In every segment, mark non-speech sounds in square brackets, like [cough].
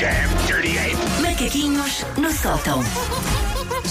damn dirty ape! Macaquinhos no sótão.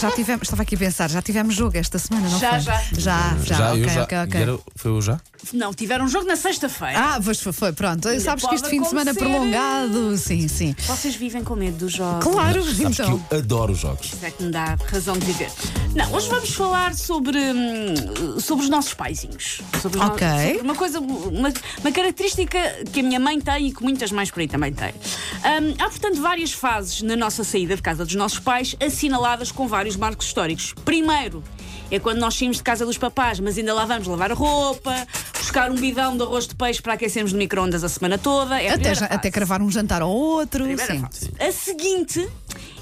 Já tivemos, estava aqui a pensar, já tivemos jogo esta semana, não Já, foi? já. Já, já, já, ok, eu já. ok, e ok. era- foi o já? Não, tiveram um jogo na sexta-feira. Ah, pois foi, foi, pronto. Sabes que este pode fim de semana acontecer. prolongado, sim, sim. Vocês vivem com medo dos jogos. Claro, Sabes então. que eu adoro os jogos. É que me dá razão de viver. Não, hoje vamos falar sobre, hum, sobre os nossos paizinhos. Sobre os no- Ok. sobre uma coisa, uma, uma característica que a minha mãe tem e que muitas mães por aí também têm. Hum, há, portanto, várias fases na nossa saída de casa dos nossos pais, assinaladas com vários marcos históricos. Primeiro, é quando nós saímos de casa dos papás, mas ainda lá vamos lavar a roupa, buscar um bidão de arroz de peixe para aquecermos no micro-ondas a semana toda. É a Até, primeira já- fase. até cravar um jantar ao outro, Primeira sim. fase. A seguinte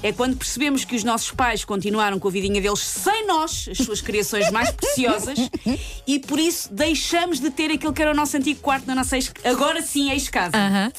é quando percebemos que os nossos pais continuaram com a vidinha deles sem nós, as suas criações mais preciosas, e por isso deixamos de ter aquele que era o nosso antigo quarto na nossa ex- agora sim ex-casa. Aham.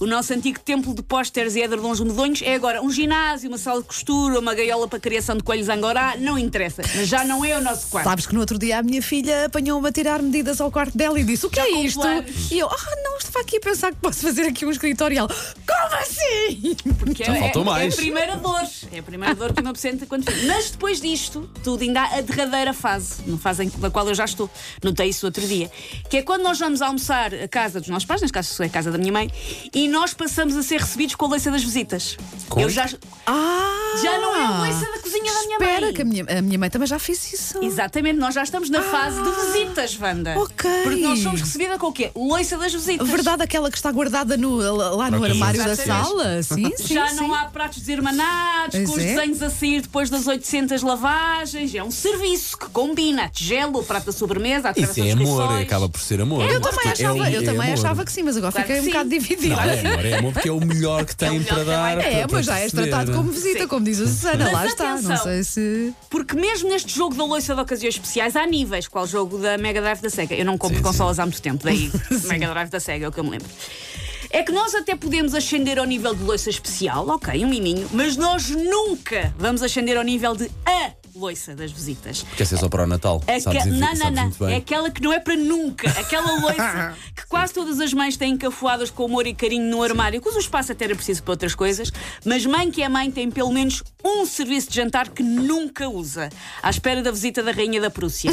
O nosso antigo templo de pósteres e edredons medonhos é agora um ginásio, uma sala de costura, uma gaiola para criação de coelhos angorá, não interessa, mas já não é o nosso quarto. Sabes que no outro dia a minha filha apanhou-me a tirar medidas ao quarto dela e disse: O que é com isto? planos. E eu, ah, não, estava aqui a pensar que posso fazer aqui um escritorial. Como assim? Porque Já é, Então faltou é- mais. é a primeira dor. É a primeira dor que uma pessoa sente quando fica. Mas depois disto, tudo ainda há a derradeira fase, na fase em que- na qual eu já estou. Notei isso outro dia. Que é quando nós vamos almoçar a casa dos nossos pais, neste caso é a casa da minha mãe, e nós passamos a ser recebidos com a leiça das visitas. Com? Eu já, Ah! já não é a leiça da cozinha da minha mãe. Espera, que a minha, a minha mãe também já fez isso. Exatamente, nós já estamos na fase Ah, de visitas, Wanda. ok. Porque nós somos recebida com o quê? Leiça das visitas. Verdade, aquela que está guardada no- lá no Ok, armário da exatamente. sala? Sim, sim. já sim. não há pratos desirmanados, Pois com os é. desenhos a sair depois das 800 lavagens. É um serviço que combina gelo, o prato da sobremesa, a Isso alteração é dos amor, rissóis. acaba por ser amor. Eu também, Porque é achava, um- eu é também amor. achava que sim, mas agora Claro fiquei que um bocado sim. dividida. Não, é amor, é amor porque é o melhor que tem melhor para que dar. tem. para- É, para mas já és perceber. tratado como visita, Sim. como diz a Susana. Mas Lá está, não atenção. sei se. Porque mesmo neste jogo da louça de ocasiões especiais há níveis, qual o jogo da Mega Drive da Sega. Eu não compro Sim, sim. consolas há muito tempo, [laughs] daí Mega Drive da Sega é o que eu me lembro. É que nós até podemos ascender ao nível de louça especial, ok, um miminho, mas nós nunca vamos ascender ao nível de a louça das visitas. Porque essa é só para o Natal. Aque- sabes, invi- não, não, sabes muito não. É bem. aquela que não é para nunca. Aquela [laughs] louça que quase todas as mães têm encafuadas com amor e carinho no armário, cujo espaço até era preciso para outras coisas. Mas mãe que é mãe tem pelo menos um serviço de jantar que nunca usa, à espera da visita da Rainha da [laughs] Prússia.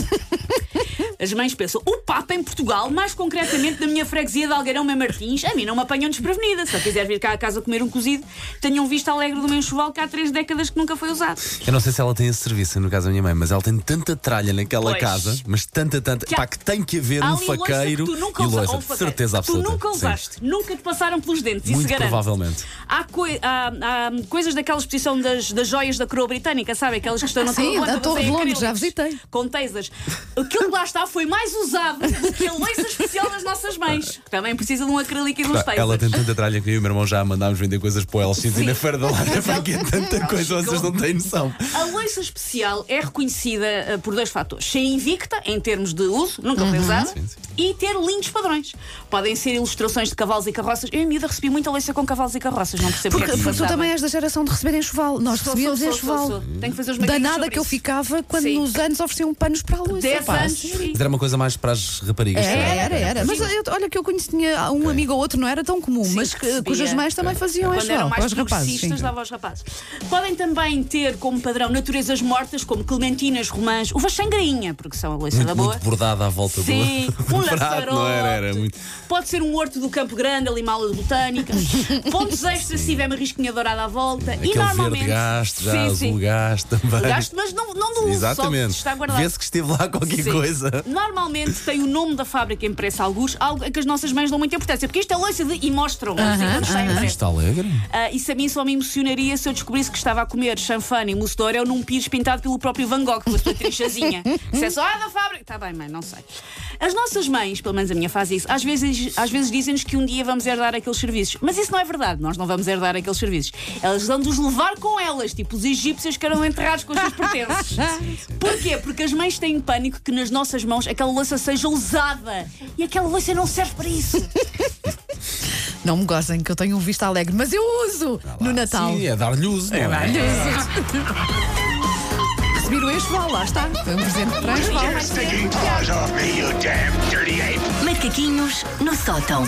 As mães pensam, o Papa em Portugal, mais concretamente na minha freguesia de Algueirão Mãe Martins, a mim não me apanham desprevenida. Se eu quiser vir cá a casa comer um cozido, tenham visto alegre do meu enxoval que há três décadas que nunca foi usado. Eu não sei se ela tem esse serviço, no caso da minha mãe, mas ela tem tanta tralha naquela Pois. casa, mas tanta, tanta. Que há- pá, que tem que haver Há um ali louça que faqueiro tu nunca e usa- louça, ou um de faqueiro. certeza absoluta. Tu nunca Sim. usaste, nunca te passaram pelos dentes, Muito isso garanto. provavelmente. Há, coi- há- há coisas daquela exposição das, das joias da coroa britânica, sabe? Aquelas que estão na Ah, Torre Sim, de da Londres, Torre em de Londres, acrílicos, já visitei. Com tasers. Aquilo que lá está foi mais usado do que a leiça especial das nossas mães. Também precisa de um acrílico e de uns Pá, tasers. Ela tem tanta tralha que eu e o meu irmão já a mandámos vender coisas para o LX e Sim. na feira da Lara Franca é tanta coisa, vocês não têm noção. A louça especial é reconhecida eh, por dois fatores: ser invicta, em termos de uso, nunca foi usada, Uhum. Sim, sim. e ter lindos padrões. Podem ser ilustrações de cavalos e carroças. Eu, em miúda, recebi muita louça com cavalos e carroças, não percebo Porque porque é que tu isso também dava. és da geração de receber enxoval. Nós Sou, recebíamos sou, sou, sou, enxoval. sou. Tenho que fazer os macaquinhos Danada sobre que eu isso. ficava quando Sim. nos anos ofereciam panos para a luz. 10 opá. anos. sim. Mas era uma coisa mais para as raparigas. É? é? se calhar. Era, era, era. Mas eu- olha que eu conheci tinha um amigo ou outro, não era tão comum, mas que- recebia. cujas mães também faziam Quando eram enxoval para mais os rapazes. sim. progressistas, dava aos rapazes. Podem também ter como padrão naturezas mortas, como clementinas, romãs, uvas sangrainha, porque são a louça da Muito, boa. muito bordada à volta Sim, [laughs] do um do prato, não é? era? Era laçarote. muito. Pode ser um horto do Campo Grande, ali mala [laughs] botânica. Pontos extras se tiver uma risquinha dourada à volta. e Aquele normalmente. verde gasto, já sim, azul sim. gasto também. Gasto, mas não, não do uso, só Exatamente. está guardado. Vê-se que esteve lá qualquer Sim. coisa. Normalmente tem o nome da fábrica impressa a alguns, algo a que as nossas mães dão muita importância, porque isto é louça de e mostram. não sei quando está impresso. Está alegre? Ah, isso a mim só me emocionaria se eu descobrisse que estava a comer chanfana e mousse de Oreo num pires pintado pelo próprio Van Gogh, com a sua trinchazinha. se é só, ah, da fábrica. Está bem, mãe, não sei. As nossas mães, pelo menos a minha faz isso, às vezes, às vezes dizem-nos que um dia vamos herdar aqueles serviços. Mas isso não é verdade, nós não vamos herdar aqueles serviços. Elas vão-nos levar com elas, tipo os egípcios que eram enterrados com os seus pertences. Porquê? Porque as mães têm pânico que nas nossas mãos aquela louça seja usada. E aquela louça não serve para isso. Não me gozem que eu tenho um visto alegre, mas eu uso no Natal. Sim, é dar-lhe uso. não é? Receber o enxoval, lá está. Foi um presente para enxoval. Taking paws off me, you damn dirty ape! Macaquinhos no sótão.